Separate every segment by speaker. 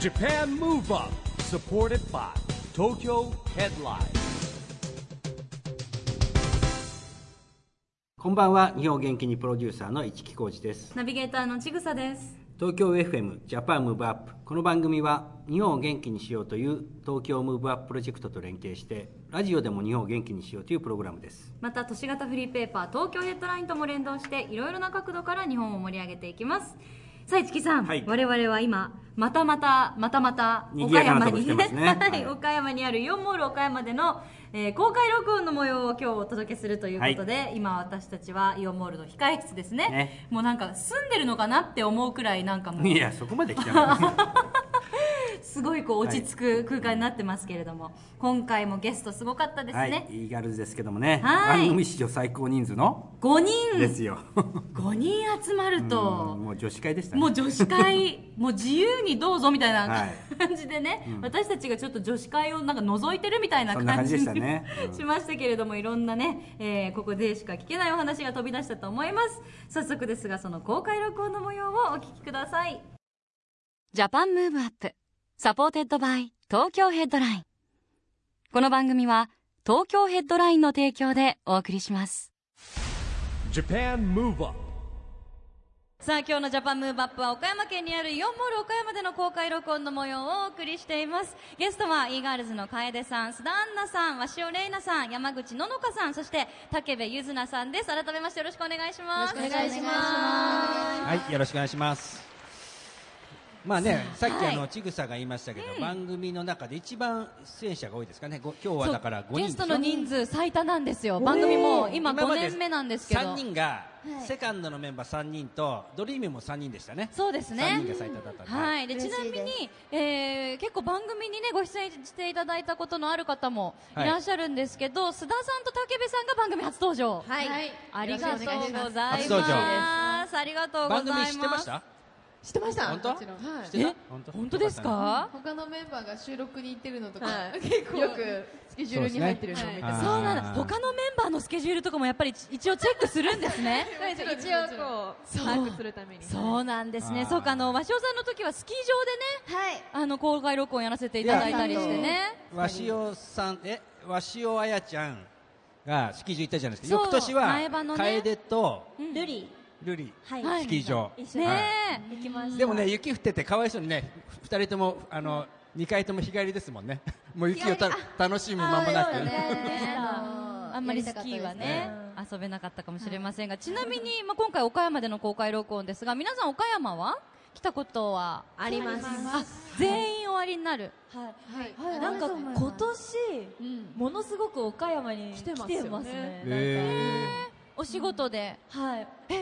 Speaker 1: JAPAN MOVE UP SUPPORTED BY TOKYO HEADLINE
Speaker 2: こんばんは日本元気にプロデューサーの市木浩司です
Speaker 3: ナビゲーターのちぐさです。
Speaker 2: 東京 FM ジャパンムーブアップこの番組は日本を元気にしようという東京ムーブアッププロジェクトと連携してラジオでも日本を元気にしようというプログラムです
Speaker 3: また都市型フリーペーパー東京ヘッドラインとも連動していろいろな角度から日本を盛り上げていきます。さあ市木さん、
Speaker 2: はい
Speaker 3: 我々は今またまたまたまた岡
Speaker 2: 賑やかな
Speaker 3: 山
Speaker 2: とこ来
Speaker 3: に
Speaker 2: てますね
Speaker 3: はい
Speaker 2: はい
Speaker 3: 岡山にあるイオンモール岡山での、えー公開録音の模様を今日お届けするということで、今私たちはイオンモールの控え室ですね
Speaker 2: ね
Speaker 3: もうなんか住んでるのかなって思うくらいなんかもう
Speaker 2: いやそこまで来てます
Speaker 3: すごいこう落ち着く空間になってますけれども、今回もゲストすごかったです
Speaker 2: は
Speaker 3: ね
Speaker 2: い、いいガールズですけどもね
Speaker 3: はい
Speaker 2: 番組史上最高人数の
Speaker 3: 5
Speaker 2: で
Speaker 3: 人
Speaker 2: すよ
Speaker 3: 5人集まると
Speaker 2: うんもう女子会でしたね
Speaker 3: もう女子会 もう自由にどうぞみたい
Speaker 2: は
Speaker 3: ない感じでね、私たちがちょっと女子会をなんか覗いてるみたいな
Speaker 2: そんな
Speaker 3: 感
Speaker 2: 感じ
Speaker 3: じ
Speaker 2: でし
Speaker 3: に
Speaker 2: たね うん
Speaker 3: しましたけれどもいろんなね、えーここでしか聞けないお話が飛び出したと思います早速ですがその公開録音の模様をお聞きください
Speaker 4: ジャパンムーブアップサポーテッドバイ東京ヘッドラインこの番組は東京ヘッドラインの提供でお送りします
Speaker 1: JAPAN MOVE UP
Speaker 3: さあ今日のジャパンムーブアップは岡山県にあるイオンモール岡山での公開録音の模様をお送りしていますゲストは e ガールズの楓さん須田アンナさん鷲尾玲奈さん山口ののかさんそして武部ゆずなさんです改めましてよろしくお願いしますよろしくお願いします
Speaker 5: はい、よろしくお願いします。まあね、さっき
Speaker 3: は
Speaker 5: あ
Speaker 3: い
Speaker 5: のちぐさが言いましたけど、番組の中で一番出演者が多いですかね。ご今日はだから
Speaker 3: そ
Speaker 5: 5
Speaker 3: うゲ
Speaker 5: 人
Speaker 3: ストの人数最多なんですよ番組も今5年目なんですけど
Speaker 5: 3人が、セカンドのメンバー3人とドリームも3人でしたね。
Speaker 3: そうですね
Speaker 5: 3人が最多だったんで。
Speaker 3: はい、でちなみに、えー結構番組にねご出演していただいたことのある方もい
Speaker 5: はい
Speaker 3: らっしゃるんですけど、須田さんと武部さんが番組初登場。
Speaker 6: はい
Speaker 3: ありがとうございます。
Speaker 5: 初登
Speaker 3: ありがとうご
Speaker 5: 番
Speaker 3: ざいま
Speaker 5: 組知
Speaker 3: す。
Speaker 5: ってました？
Speaker 6: 知ってました
Speaker 5: 本当
Speaker 6: もちろんはい
Speaker 5: 知ってた
Speaker 3: え
Speaker 5: 本当
Speaker 3: 本当です？か？
Speaker 6: 他のメンバーが収録に行ってるのとか、
Speaker 3: はい
Speaker 6: 結構よくスケジュールに入ってるのを見て
Speaker 3: そう
Speaker 5: あー
Speaker 3: なんだ。他のメンバーのスケジュールとかもやっぱり一応チェックするんですね。
Speaker 6: 一応こう
Speaker 3: そう
Speaker 6: 把握するために
Speaker 3: そうなんですね
Speaker 5: あ。ー
Speaker 3: そうかあの和尚さんの時はスキー場でね、
Speaker 7: はい。
Speaker 3: あの公開録音やらせていただいたりしてね。
Speaker 5: わしおさんえわしおあやちゃんがスキー場行ったじゃないですか。
Speaker 3: そう
Speaker 5: 翌年
Speaker 3: 苗場
Speaker 5: は
Speaker 3: のね
Speaker 5: 楓と
Speaker 7: ルリ。
Speaker 5: ルリ
Speaker 7: はい。
Speaker 3: はい
Speaker 5: スキー場。
Speaker 7: 一緒に
Speaker 3: ね
Speaker 5: はい
Speaker 3: え。
Speaker 7: 行きました。
Speaker 5: でもね、雪降っててかわいそうにね、ふ二人とも、あの、二回とも日帰りですもんね。もう雪をた楽しむ間もなく。
Speaker 3: あんまりスキーはね遊べなかったかもしれませんが、ちなみに、まあ、今回岡山での公開録音ですが皆さん岡山は来たことは
Speaker 7: あります。
Speaker 3: 全員終わりになる
Speaker 6: はい、
Speaker 8: はい、なんか今年
Speaker 6: うん
Speaker 8: ものすごく岡山に来てますね
Speaker 6: 来てますね
Speaker 5: え
Speaker 3: お仕事で、
Speaker 8: はい
Speaker 3: へ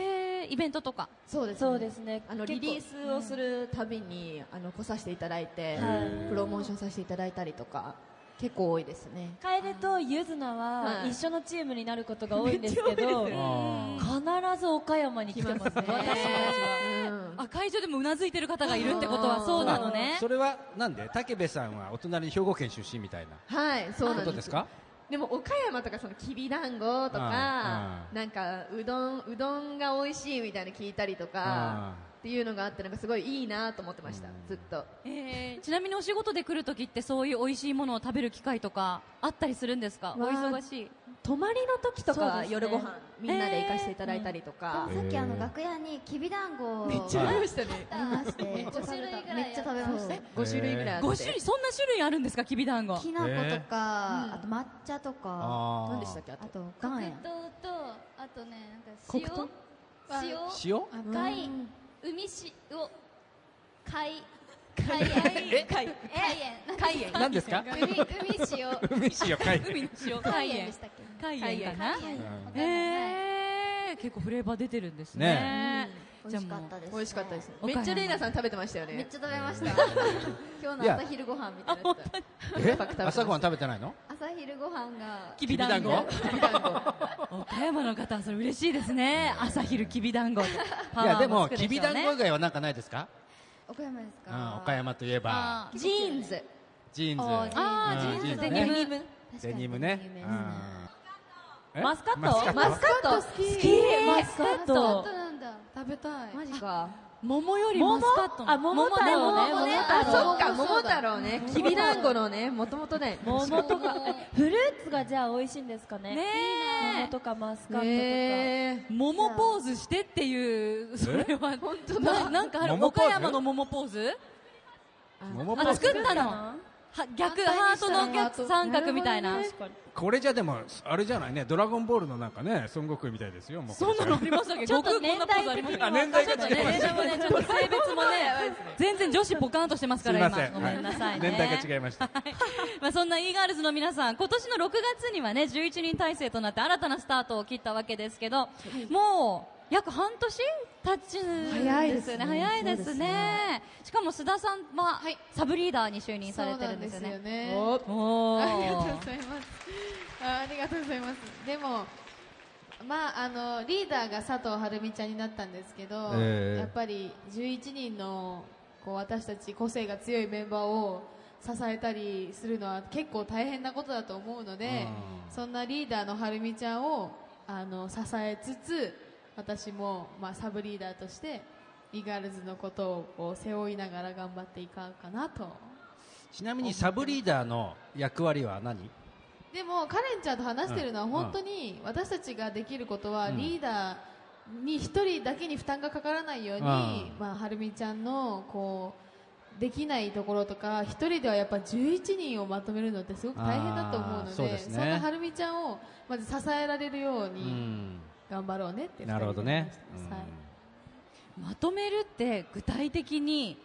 Speaker 3: えイベントとか
Speaker 6: そうですね
Speaker 8: そうですね
Speaker 6: あのリ
Speaker 8: 結構
Speaker 6: リースをするたびにあの来させていただいて、
Speaker 8: はい
Speaker 6: プロモーションさせていただいたりとか結構多いですね
Speaker 8: 楓とゆずなは
Speaker 6: はい
Speaker 8: 一緒のチームになることが多いんですけど、
Speaker 5: ー
Speaker 8: 必
Speaker 5: あー
Speaker 8: ず岡山に来てますね私たちは
Speaker 6: うん
Speaker 3: あ会場でもうなずいてる方がいるってことはそうなのね
Speaker 5: それは、なんで、武部さんはお隣兵庫県出身みたいな。
Speaker 6: はいそう
Speaker 5: こ
Speaker 6: なん
Speaker 5: と
Speaker 6: で
Speaker 5: です
Speaker 6: す
Speaker 5: か。
Speaker 6: でも岡山とかそのきびだんごとか
Speaker 5: あー
Speaker 6: なんかうどんうどんが美味しいみたいなの聞いたりと
Speaker 5: あ
Speaker 6: かっていうのがあってなんかすごいいいなと思ってましたずっと
Speaker 3: えーちなみにお仕事で来るときってそういう美味しいものを食べる機会とかあったりするんですかお
Speaker 6: わー
Speaker 3: 忙しい
Speaker 8: 泊まりの時と
Speaker 6: とか、
Speaker 8: か
Speaker 6: 夜ご飯みんなで
Speaker 3: えー
Speaker 6: 行かせていただいたりとか、
Speaker 7: さっきあの楽屋にきびだんごをめっ
Speaker 5: ゃ
Speaker 6: ありましたね
Speaker 7: してめっちゃ食べた。めっちゃ食べました。
Speaker 6: 5種類ぐらいあって
Speaker 3: 5種類そんな種類あるんですかきびだんご
Speaker 7: きなこと
Speaker 6: えー
Speaker 7: か、あと抹茶とか、
Speaker 5: あー
Speaker 6: 何でしたっけあ
Speaker 7: あ
Speaker 6: と
Speaker 7: と岩
Speaker 9: 黒
Speaker 7: 塩。
Speaker 9: 糖とあとねなん
Speaker 6: 黒
Speaker 9: か
Speaker 6: 糖
Speaker 9: 塩塩
Speaker 5: 塩。
Speaker 9: 赤い海塩を海海塩海塩海塩
Speaker 5: なんですか。
Speaker 9: 海海塩
Speaker 5: 海塩かい。
Speaker 3: 海の塩
Speaker 9: 海
Speaker 3: 海
Speaker 9: 塩で
Speaker 3: 塩
Speaker 9: したっけ
Speaker 3: 海塩かな
Speaker 9: 海塩
Speaker 5: うん
Speaker 9: わかんない
Speaker 3: へえ結構フレーバー出てるんですね
Speaker 7: 美味しかったです。
Speaker 6: 美味しかったですね
Speaker 3: 岡
Speaker 6: めっ
Speaker 3: 山
Speaker 6: ちゃレイナさん食べてましたよ
Speaker 7: めっ
Speaker 6: ね
Speaker 7: ちゃ食べました。 今日の朝昼ご飯みたいなや
Speaker 5: え
Speaker 6: パク食べてます
Speaker 5: 朝ごはん食べてないの。
Speaker 7: つ。朝昼ご飯が、
Speaker 3: きびだん
Speaker 5: きびだ
Speaker 3: ご
Speaker 5: ん
Speaker 3: 岡山の方はそれ嬉しいですね朝昼きびだんご
Speaker 5: いや、でも、きびだんご以
Speaker 3: が
Speaker 5: 外はなんかないですか。
Speaker 7: 岡山です
Speaker 5: うん
Speaker 7: か
Speaker 5: 岡山といえば。
Speaker 7: ジーンズ。
Speaker 5: ジーンズ。
Speaker 3: あー
Speaker 5: うん
Speaker 3: ジーンズ
Speaker 5: ね
Speaker 3: デニム
Speaker 5: デニムね
Speaker 7: 確かにデニム。です
Speaker 5: うんえ
Speaker 8: マスカット
Speaker 5: マスカッ
Speaker 6: マスカット好き
Speaker 8: マスカッ
Speaker 9: マスカッ
Speaker 8: ト
Speaker 9: トなんだ
Speaker 7: 食べたい。
Speaker 6: マジか
Speaker 3: 桃よりマ
Speaker 8: 桃
Speaker 3: スカットの
Speaker 8: あ桃太郎ね
Speaker 9: 桃ね
Speaker 8: 桃
Speaker 6: あ、
Speaker 8: 太
Speaker 6: そっ
Speaker 8: 郎
Speaker 6: か、桃太郎ね。きびだんごのね、もともとね。
Speaker 8: 桃と かえフルーツがじゃあ美味しいんですかね
Speaker 3: ねえ
Speaker 8: 桃とかマスカットとか、
Speaker 6: ねえ
Speaker 3: 桃ポーズしてっていうそれは本当だなんかある
Speaker 5: 桃ポー
Speaker 3: 岡
Speaker 5: ズ
Speaker 3: 山の桃ポーズ
Speaker 5: 桃
Speaker 3: あ作ったのは逆ハートの
Speaker 7: ハー
Speaker 3: 逆三角みたいな
Speaker 8: 確かに
Speaker 5: これじゃでもあれじゃないねドラゴンボールのなんかね孫悟空みたいですよもう
Speaker 3: そんなのありましたっけ
Speaker 8: ちょ
Speaker 3: 悟
Speaker 8: っ
Speaker 3: 空こ
Speaker 8: と
Speaker 3: ん
Speaker 8: 年
Speaker 3: なポーズあり
Speaker 8: 代
Speaker 3: ま
Speaker 8: 的
Speaker 3: し
Speaker 8: に
Speaker 3: た
Speaker 5: あ
Speaker 3: っけ
Speaker 5: 年代が違います
Speaker 3: 年代もねちょっと性別もね全然女子ポカンとしてます
Speaker 5: す
Speaker 3: か
Speaker 5: い
Speaker 3: ら
Speaker 5: ませ
Speaker 3: 今
Speaker 5: ん
Speaker 3: ごめんなさいね
Speaker 5: 年代が違いました
Speaker 3: はいまあ、そんな e ガールズの皆さん、今年の6月にはね11人体制となって新たなスタートを切ったわけですけど、もう約半年経つ
Speaker 7: 早
Speaker 3: ん
Speaker 7: い
Speaker 3: で
Speaker 7: ですす
Speaker 3: よ
Speaker 7: ね
Speaker 3: ね、早いですね、
Speaker 7: そうですね
Speaker 3: しかも須田さんは、サブリーダーに就任されてるんですよ
Speaker 7: そうな
Speaker 3: ね。
Speaker 7: んですよね
Speaker 6: お
Speaker 3: お
Speaker 7: ありがとう
Speaker 3: ー
Speaker 7: ございます。あありがとうございます。でも、まあ、あの、リーダーが佐藤晴美ちゃんになったんですけど、
Speaker 5: ええ
Speaker 7: やっぱり11人の、こう、私たち個性が強いメンバーを支えたりするのは結構大変なことだと思うので、そんなリーダーの晴美ちゃんを、あの、支えつつ、私も、まあ、サブリーダーとして、イガールズのことをこう背負いながら頑張っていかんかなと
Speaker 5: ちなみにサブリーダーの役割は何
Speaker 7: でもカレンちゃんと話してるのは本当に私たちができることは
Speaker 5: うん
Speaker 7: リーダーに一人だけに負担がかからないように、
Speaker 5: うん
Speaker 7: まあ、はるみちゃんのこうできないところとか一人ではやっぱ11人をまとめるのってすごく大変だと思うの
Speaker 5: あ
Speaker 7: で
Speaker 5: ーそうですね
Speaker 7: んなはるみちゃんをまず支えられるよう
Speaker 5: う
Speaker 7: に
Speaker 5: ん
Speaker 7: 頑張ろうねって二人で
Speaker 5: なるほどね
Speaker 7: 話してますはい
Speaker 3: まとめるって具体的に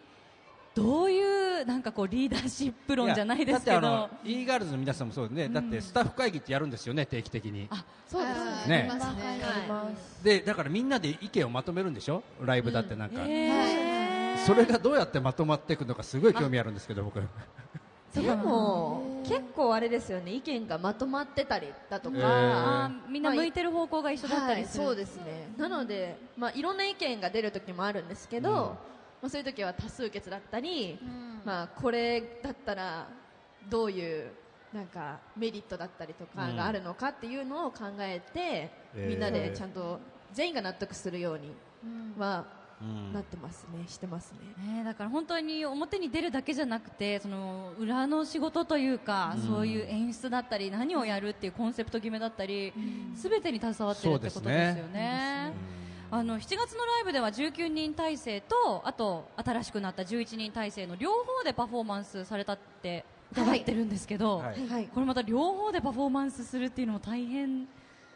Speaker 3: どういうなんかこうリーダーシップ論じゃないですけ
Speaker 5: やだっ
Speaker 3: ど
Speaker 5: てあの e ガールズの皆さんもそうでね、だってスタッフ会議ってやるんですよね定期的に
Speaker 7: そうです
Speaker 6: あ
Speaker 5: ーね
Speaker 7: ありますね
Speaker 8: あります
Speaker 5: でだからみんなで意見をまとめるんでしょライブだってなんか、
Speaker 3: へー
Speaker 5: それがどうやってまとまっていくのかすごい興味あるんですけど僕
Speaker 6: でも、結構あれですよね、意見がまとまってたりだとか、
Speaker 5: えー
Speaker 3: あーみんな向いてる方向が一緒だったりする、
Speaker 6: はい、そうですねなので、まあ、いろんな意見が出る時もあるんですけど、
Speaker 5: うん
Speaker 6: まあ、そういう時は多数決だったり、まあ、これだったらどういうなんかメリットだったりとかがあるのかっていうのを考えて、
Speaker 5: うん
Speaker 6: みんな
Speaker 5: え
Speaker 6: で
Speaker 5: ー
Speaker 6: ちゃんと全員が納得するようには
Speaker 5: うん
Speaker 6: なってますね、してますね。
Speaker 3: ねえ、だから本当に表に出るだけじゃなくてその裏の仕事というか、そういう演出だったり何をやるっていうコンセプト決めだったり、全てに携わってるってことです
Speaker 5: そ
Speaker 3: よ
Speaker 5: うです
Speaker 3: ね。あの7月のライブでは19人体制とあと新しくなった11人体制の両方でパフォーマンスされたって伺ってるんですけど、
Speaker 5: はいはい
Speaker 6: はい
Speaker 3: これまた両方でパフォーマンスするっていうのも大変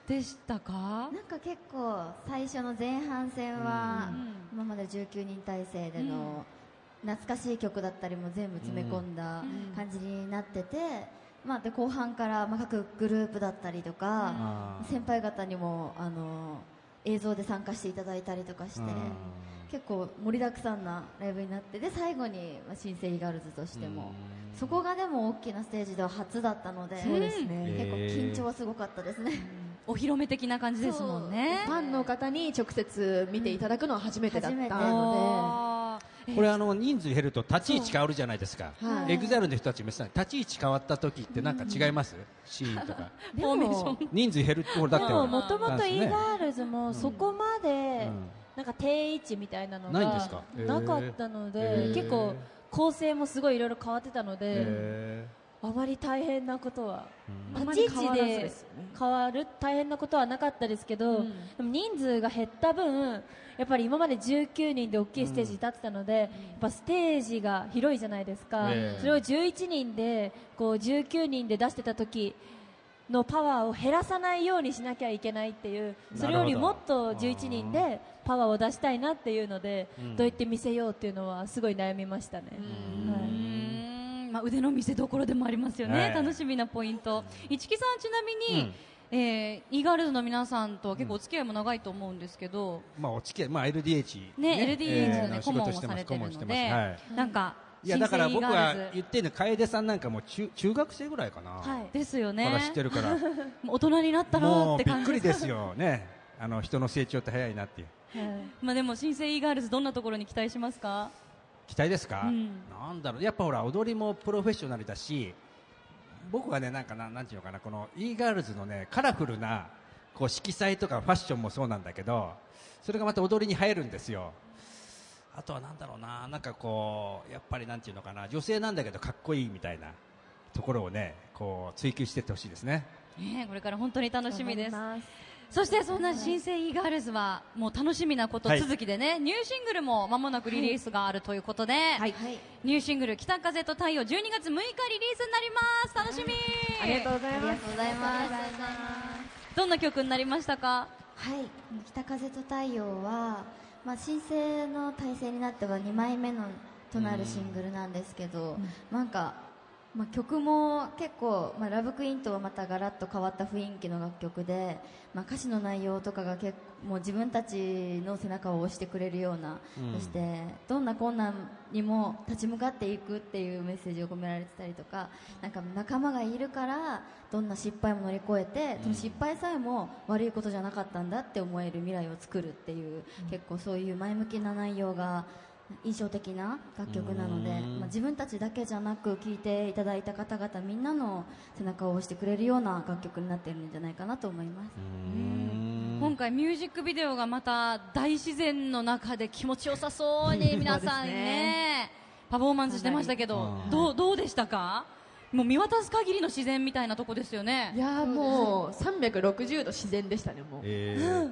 Speaker 3: でしたか
Speaker 7: なんか結構最初の前半戦は
Speaker 3: うん
Speaker 7: 今まで19人体制での懐かしい曲だったりも全部詰め込んだ感じになってて、まあ、で後半からまあ各グループだったりとか
Speaker 5: あー
Speaker 7: 先輩方にもあの映像で参加していただいたりとかして
Speaker 5: うん
Speaker 7: 結構盛りだくさんなライブになってで最後にまあ新生イガールズとしてもそこがでも大きなステージでは初だったので
Speaker 6: そうですね、
Speaker 7: 結構緊張はすごかったですね。
Speaker 3: お披露目的な感じですもんね。
Speaker 6: ファンの方に直接見ていただくのは初めてだっ
Speaker 7: 初
Speaker 6: た
Speaker 7: めて
Speaker 6: の
Speaker 3: あー
Speaker 5: これあの人数減ると立ち位置変わるじゃないですか、
Speaker 6: で、はい
Speaker 5: エグザイルの人たちも言ってた立ち位置変わった時ってなんか違います、シーンとか
Speaker 3: フォーメーション
Speaker 5: 人数減るってこれだ
Speaker 8: で
Speaker 5: って
Speaker 8: も
Speaker 5: ほら
Speaker 8: もとも
Speaker 5: ダン
Speaker 8: と
Speaker 5: ス
Speaker 8: e
Speaker 5: ね
Speaker 8: ガールズもそこまで
Speaker 5: うん
Speaker 8: なんか定位置みたいなの
Speaker 5: ないんです
Speaker 8: が
Speaker 5: か
Speaker 8: なかったの
Speaker 5: へ
Speaker 8: で
Speaker 5: ー
Speaker 8: 結構構成もすごいいろいろ変わってたので
Speaker 5: へ
Speaker 8: あまり大変なことは
Speaker 5: ー
Speaker 8: 立ち位置
Speaker 6: あまり変わらずで
Speaker 8: です
Speaker 6: よね
Speaker 8: 変わる大変なことはなかったですけど、でも人数が減った分やっぱり今まで19人で大きいステージに立ってたので、やっぱステージが広いじゃないですか、
Speaker 5: ええ
Speaker 8: それを11人でこう19人で出してた時のパワーを減らさないようにしなきゃいけないっていうそれよりもっと11人でパワーを出したいなっていうので、
Speaker 5: ん
Speaker 8: どうやって見せようっていうのはすごい悩みましたね。はいう
Speaker 3: ーんまあ、腕の見せどころでもありますよ
Speaker 5: え
Speaker 3: ね、
Speaker 5: え
Speaker 3: 楽しみなポイント市木さん、ちなみに、えー、イーガールズの皆さんとは結構お付き合いも長いと思うんですけど、
Speaker 5: まあお付き合い、まあ、LDH
Speaker 3: ね LDH
Speaker 5: えー
Speaker 3: の
Speaker 5: お
Speaker 3: 顧
Speaker 5: 仕
Speaker 3: 問
Speaker 5: 事
Speaker 3: を
Speaker 5: して
Speaker 3: さ
Speaker 5: ま
Speaker 3: れ
Speaker 5: す
Speaker 3: て
Speaker 5: 顧
Speaker 3: る
Speaker 5: 問して
Speaker 3: の
Speaker 5: ます
Speaker 3: で、
Speaker 5: はい
Speaker 3: なんか
Speaker 5: いやだから僕は
Speaker 3: 新生イーガールズ
Speaker 5: 言ってるの楓さんなんかもう中中学生ぐらいかな、
Speaker 8: はい
Speaker 3: ですよ
Speaker 5: まだ
Speaker 3: ね
Speaker 5: 知ってるから
Speaker 3: 大人になったな
Speaker 5: も
Speaker 3: っ
Speaker 5: う
Speaker 3: て
Speaker 5: びっ
Speaker 3: 感
Speaker 5: く
Speaker 3: じ
Speaker 5: りですよねあの人の成長って早いなっていう
Speaker 8: はい
Speaker 3: まあ、でも新生イーガールズどんなところに期待しますか
Speaker 5: 期待ですか、
Speaker 3: うん
Speaker 5: なんだろうやっぱほら踊りもプロフェッショナルだし僕はねなんかななんていうのかなこの e ガールズのねカラフルなこう色彩とかファッションもそうなんだけどそれがまた踊りに入るんですよあとはなんだろうな、なんかこう、やっぱりなんていうのかな、女性なんだけどかっこいいみたいなところをね、こう追求していってほしいですね。
Speaker 3: ねえこれから本当に楽しみです
Speaker 8: 頑張りま
Speaker 3: そしてそんな新生 e ガールズはもう楽しみなこと続きでね、ニューシングルも間もなくリリースがあるということで、ニューシングル「北風と太陽」12月6日リリースになります楽しみ
Speaker 8: ありがとうございます。
Speaker 9: ございます
Speaker 3: どんな曲になりましたか
Speaker 9: はい北風と太陽は、まあ、新生の体制になっては2枚目のとなるシングルなんですけど、なんか、まあ、曲も結構、まあ、ラブクイーンとはまたガラッと変わった雰囲気の楽曲で、まあ、歌詞の内容とかが結構もう自分たちの背中を押してくれるような、そしてどんな困難にも立ち向かっていくっていうメッセージを込められてたりとかなんか仲間がいるからどんな失敗も乗り越えて、その失敗さえも悪いことじゃなかったんだって思える未来を作るっていう、結構そういう前向きな内容が印象的な楽曲なので、まあ、自分たちだけじゃなく聴いていただいた方々みんなの背中を押してくれるような楽曲になっているんじゃないかなと思います。
Speaker 3: 今回ミュージックビデオがまた大自然の中で気持ちよさそうに皆さんねパフォーマンスしてましたけどどうどうでしたかもう見渡す限りの自然みたいなとこですよね
Speaker 6: いやーもう360度自然でしたね、もう
Speaker 5: えー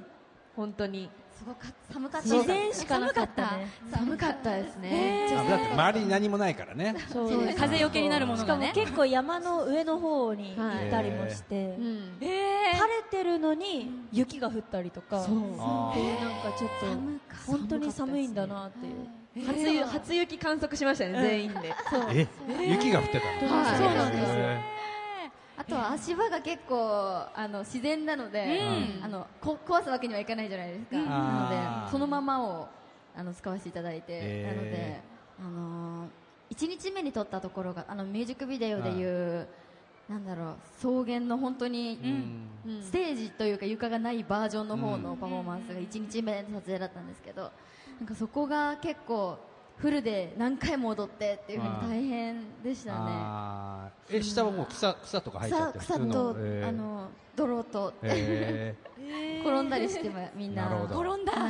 Speaker 6: 本当に
Speaker 9: すごか寒かった
Speaker 8: 自然しかなかったね。
Speaker 9: 寒かったですね。
Speaker 5: あだって周りに何もないからね。
Speaker 8: そう
Speaker 9: そう
Speaker 8: で
Speaker 9: ですす
Speaker 3: 風よけになるもの
Speaker 8: しか
Speaker 3: が
Speaker 8: も
Speaker 3: ね
Speaker 8: 結構山の上の方に行ったりもして、
Speaker 6: うん
Speaker 3: え
Speaker 8: 晴
Speaker 3: ー
Speaker 8: れてるのに雪が降ったりとか、
Speaker 6: そう
Speaker 5: あー
Speaker 8: なんかちょっ
Speaker 9: 寒か
Speaker 8: と本当に寒いんだなっていう。
Speaker 6: 初ゆ初雪観測しましたね、全員で
Speaker 5: え、雪が降ってたの、
Speaker 6: はい
Speaker 9: そうなんですよ
Speaker 5: へ
Speaker 9: あとは足場が結構あの自然なので、あのこ壊すわけにはいかないじゃないですか、
Speaker 3: うん
Speaker 9: な
Speaker 5: あー
Speaker 9: のでそのままをあの使わせていただいて、
Speaker 5: へー
Speaker 9: なので、あの1日目に撮ったところがあのミュージックビデオでいう、なんだろう草原の本当に、うんステージというか床がないバージョンの方のパフォーマンスが1日目の撮影だったんですけどなんかそこが結構フルで何回も踊ってっていうふうに大変でしたね。
Speaker 5: あーえ、下はもう草草とか生えちゃ
Speaker 9: 草
Speaker 5: ってる
Speaker 9: 草
Speaker 5: 普通の
Speaker 9: と、
Speaker 5: えー
Speaker 9: あの泥と、
Speaker 5: え
Speaker 9: 転んだりしてま みんな
Speaker 5: なるほど
Speaker 9: 転んだ、は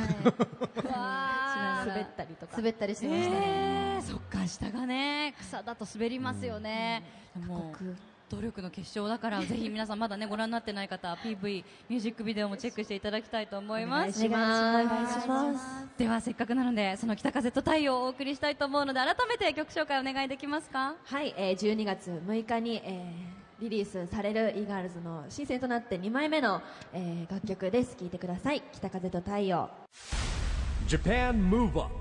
Speaker 3: わー
Speaker 9: い滑ったりとか滑ったりしてましたね、
Speaker 3: えーそっか下がね草だと滑りますよね、でも
Speaker 9: 過酷
Speaker 3: 努力の結晶だからぜひ皆さんまだねご覧になってない方は PV ミュージックビデオもチェックしていただきたいと思います
Speaker 9: お願いします
Speaker 8: お願いします
Speaker 3: ではせっかくなのでその北風と太陽をお送りしたいと思うので改めて曲紹介お願いできますか
Speaker 6: はい、えー、12月6日に、えーリリースされる e ガールズの新鮮となって2枚目の、えー楽曲です聴いてください「北風と太陽
Speaker 1: Japan Move Up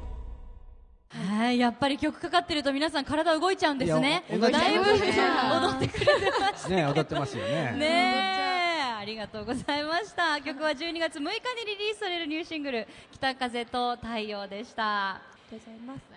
Speaker 3: はいやっぱり曲かかってると皆さん体動いちゃうんですね
Speaker 5: いや
Speaker 3: だいぶ
Speaker 5: 踊っち
Speaker 3: 踊ってくれてま
Speaker 5: ーね、踊ってますよね。
Speaker 3: すね ありがとうございました曲は12月6日にリリースされるニューシングル「北風と太陽」でした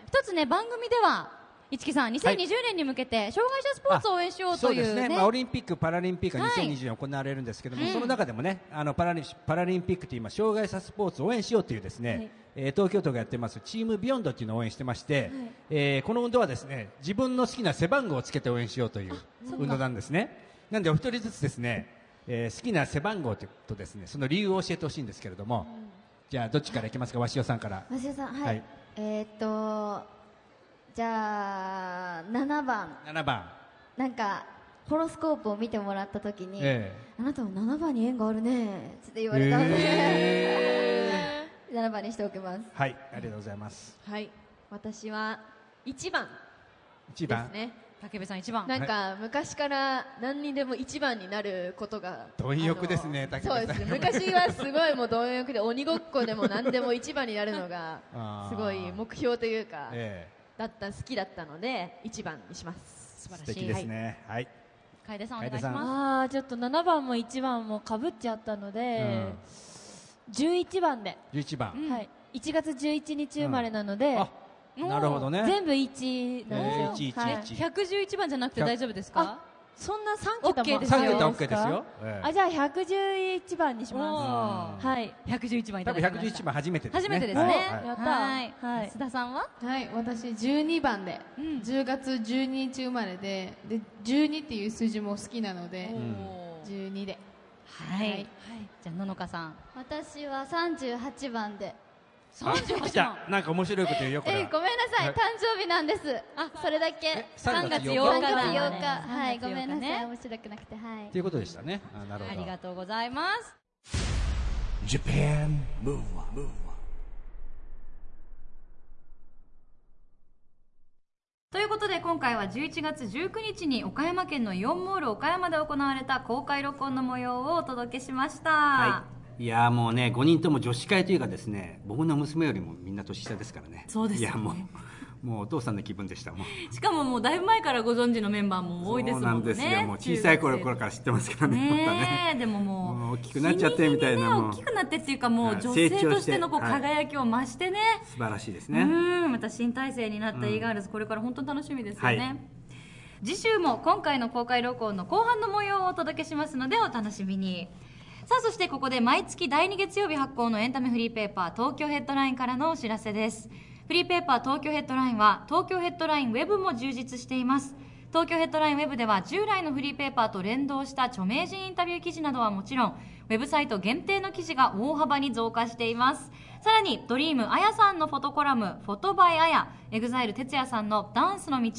Speaker 3: 一つね番組ではいちきさん2020年に向けて障害者スポーツを応援しようとい
Speaker 5: そう
Speaker 3: う,、
Speaker 5: ですね、まあ、オリンピック・パラリンピックが
Speaker 3: はい
Speaker 5: 2020年行われるんですけども、その中でもねあのパラリパラリンピックという今障害者スポーツを応援しようというですね、えー東京都がやってますチームビヨンドっていうのを応援してまして、えーこの運動はですね自分の好きな背番号をつけて応援しようという運動なんですねなんでお一人ずつですね、えー好きな背番号とですねその理由を教えてほしいんですけれども、じゃあどっちからいきますか鷲尾さんから
Speaker 9: 鷲尾さんはい、
Speaker 5: はい
Speaker 9: えー、っとじゃあ7番
Speaker 5: 7番、
Speaker 9: なんかホロスコープを見てもらった時に、
Speaker 5: え
Speaker 9: あなたは7番に縁があるねって言われたので、7番にしておきます
Speaker 5: ーはいありがとうございます」
Speaker 6: はい私は1番
Speaker 5: 1
Speaker 6: で
Speaker 5: 番
Speaker 6: すね
Speaker 3: 竹部さん一番
Speaker 6: なんか昔から何にでも1番になることが
Speaker 5: 貪欲ですね
Speaker 6: あの
Speaker 5: 竹部さん
Speaker 6: そうですね昔はすごいもう貪欲で鬼ごっこでも何でも1番になるのが
Speaker 5: あー
Speaker 6: すごい目標というか、
Speaker 5: え
Speaker 6: だった好きだったので1番にします
Speaker 3: 素晴
Speaker 5: ー素
Speaker 3: らし
Speaker 5: 敵
Speaker 3: い、
Speaker 5: で
Speaker 3: は
Speaker 5: す
Speaker 3: い、
Speaker 5: ねはい
Speaker 3: 楓さんお願いし
Speaker 5: 楓さ
Speaker 3: ます
Speaker 8: ああちょっと7番も1番もかぶっちゃったので、11番で、
Speaker 5: 11番、
Speaker 8: はい、1月11日生まれなので、
Speaker 5: あなるほどね
Speaker 8: 全部1なんですよ、
Speaker 5: えー
Speaker 8: はい、
Speaker 5: 111
Speaker 3: 111番じゃなくて大丈夫ですか
Speaker 8: そんな3桁も
Speaker 3: OK です
Speaker 5: 3
Speaker 3: よ
Speaker 5: 桁 OK ですよ、ええ
Speaker 8: あじゃあ111番にしま
Speaker 3: お
Speaker 8: すはい
Speaker 3: ー111番い
Speaker 5: 多
Speaker 3: た
Speaker 5: 分
Speaker 3: だきました
Speaker 5: 111番初めてですね
Speaker 3: 初めてですね、
Speaker 5: はい
Speaker 8: やった
Speaker 3: はい
Speaker 8: はい
Speaker 3: 須田さんは
Speaker 7: はい、私12番で、
Speaker 3: ん
Speaker 7: 10月12日生まれでで12っていう数字も好きなので12で
Speaker 3: はい、
Speaker 7: はい
Speaker 3: じゃあののかさん
Speaker 9: 私は38番で
Speaker 10: 38来たなんか面白いこと言うよこれ
Speaker 11: え
Speaker 10: は
Speaker 11: ごめんなさい、
Speaker 10: はい
Speaker 11: 誕生日なんですあそれだけ
Speaker 10: 3月8
Speaker 11: 8日
Speaker 10: 日
Speaker 11: だ、
Speaker 3: だ
Speaker 11: 8日はい
Speaker 3: 3月8日ね
Speaker 11: ごめんなさい面白くなくてはい
Speaker 10: ということでしたねあなる
Speaker 3: あ
Speaker 10: ほ
Speaker 3: り
Speaker 10: ど
Speaker 3: がとうございます。
Speaker 1: Japan Move Up, Move Up.
Speaker 3: ということで今回は11月19日に岡山県のイオンモール岡山で行われた公開録音の模様をお届けしました、
Speaker 5: はい、いやーもうね5人とも女子会というかですね僕の娘よりもみんな年下ですからね
Speaker 12: そうです
Speaker 5: い
Speaker 12: よね
Speaker 5: やもうもうお父さんの気分でしたもん
Speaker 12: しかももうだいぶ前からご存知のメンバーも多いですもんね
Speaker 5: そうなんですよもう小さい頃
Speaker 12: 中学生
Speaker 5: 頃から知ってますからねまたね
Speaker 12: ねえでもも
Speaker 5: も
Speaker 12: う
Speaker 5: う大きくなっちゃってみたい
Speaker 12: 日に日に
Speaker 5: な
Speaker 12: ね
Speaker 5: もう
Speaker 12: 大きくなってっていうかもう
Speaker 5: はい
Speaker 12: 女
Speaker 5: 成
Speaker 12: 性
Speaker 5: 長して
Speaker 12: としてのこう
Speaker 5: はい
Speaker 12: 輝きを増してね、
Speaker 5: 素晴らしいです
Speaker 12: う
Speaker 5: ね
Speaker 12: んまた新体制になった e ガールズこれから本当に楽しみですよね、
Speaker 5: はい
Speaker 3: 次週も今回の公開録音の後半の模様をお届けしますのでお楽しみにさあそしてここで毎月第2月曜日発行のエンタメフリーペーパー東京ヘッドラインからのお知らせですフリーペーパー東京ヘッドラインは東京ヘッドラインウェブも充実しています東京ヘッドラインウェブでは従来のフリーペーパーと連動した著名人インタビュー記事などはもちろんウェブサイト限定の記事が大幅に増加していますさらにドリームあやさんのフォトコラム「フォトバイあや」エグザイル哲也さんの「ダンスの道」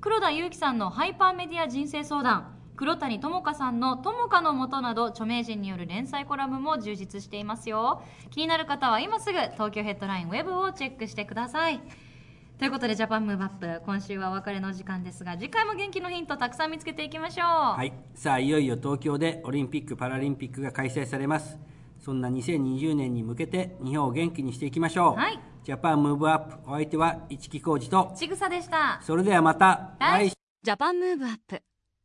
Speaker 3: 黒田裕樹さんの「ハイパーメディア人生相談」黒谷友香さんの「友香のもと」など著名人による連載コラムも充実していますよ気になる方は今すぐ東京ヘッドラインウェブをチェックしてくださいということでジャパンムーブアップ今週はお別れの時間ですが次回も元気のヒントたくさん見つけていきましょう
Speaker 5: は、
Speaker 3: はい
Speaker 5: さあいよいよ東京でオリンピック・パラリンピックが開催されますそんな2020年に向けて日本を元気にしていきましょう、
Speaker 3: はい
Speaker 5: ジャパンムーブアップお相手は市木浩二と
Speaker 3: ちぐさでした
Speaker 5: それではまた
Speaker 3: 来週
Speaker 13: ジャパンムーブアップ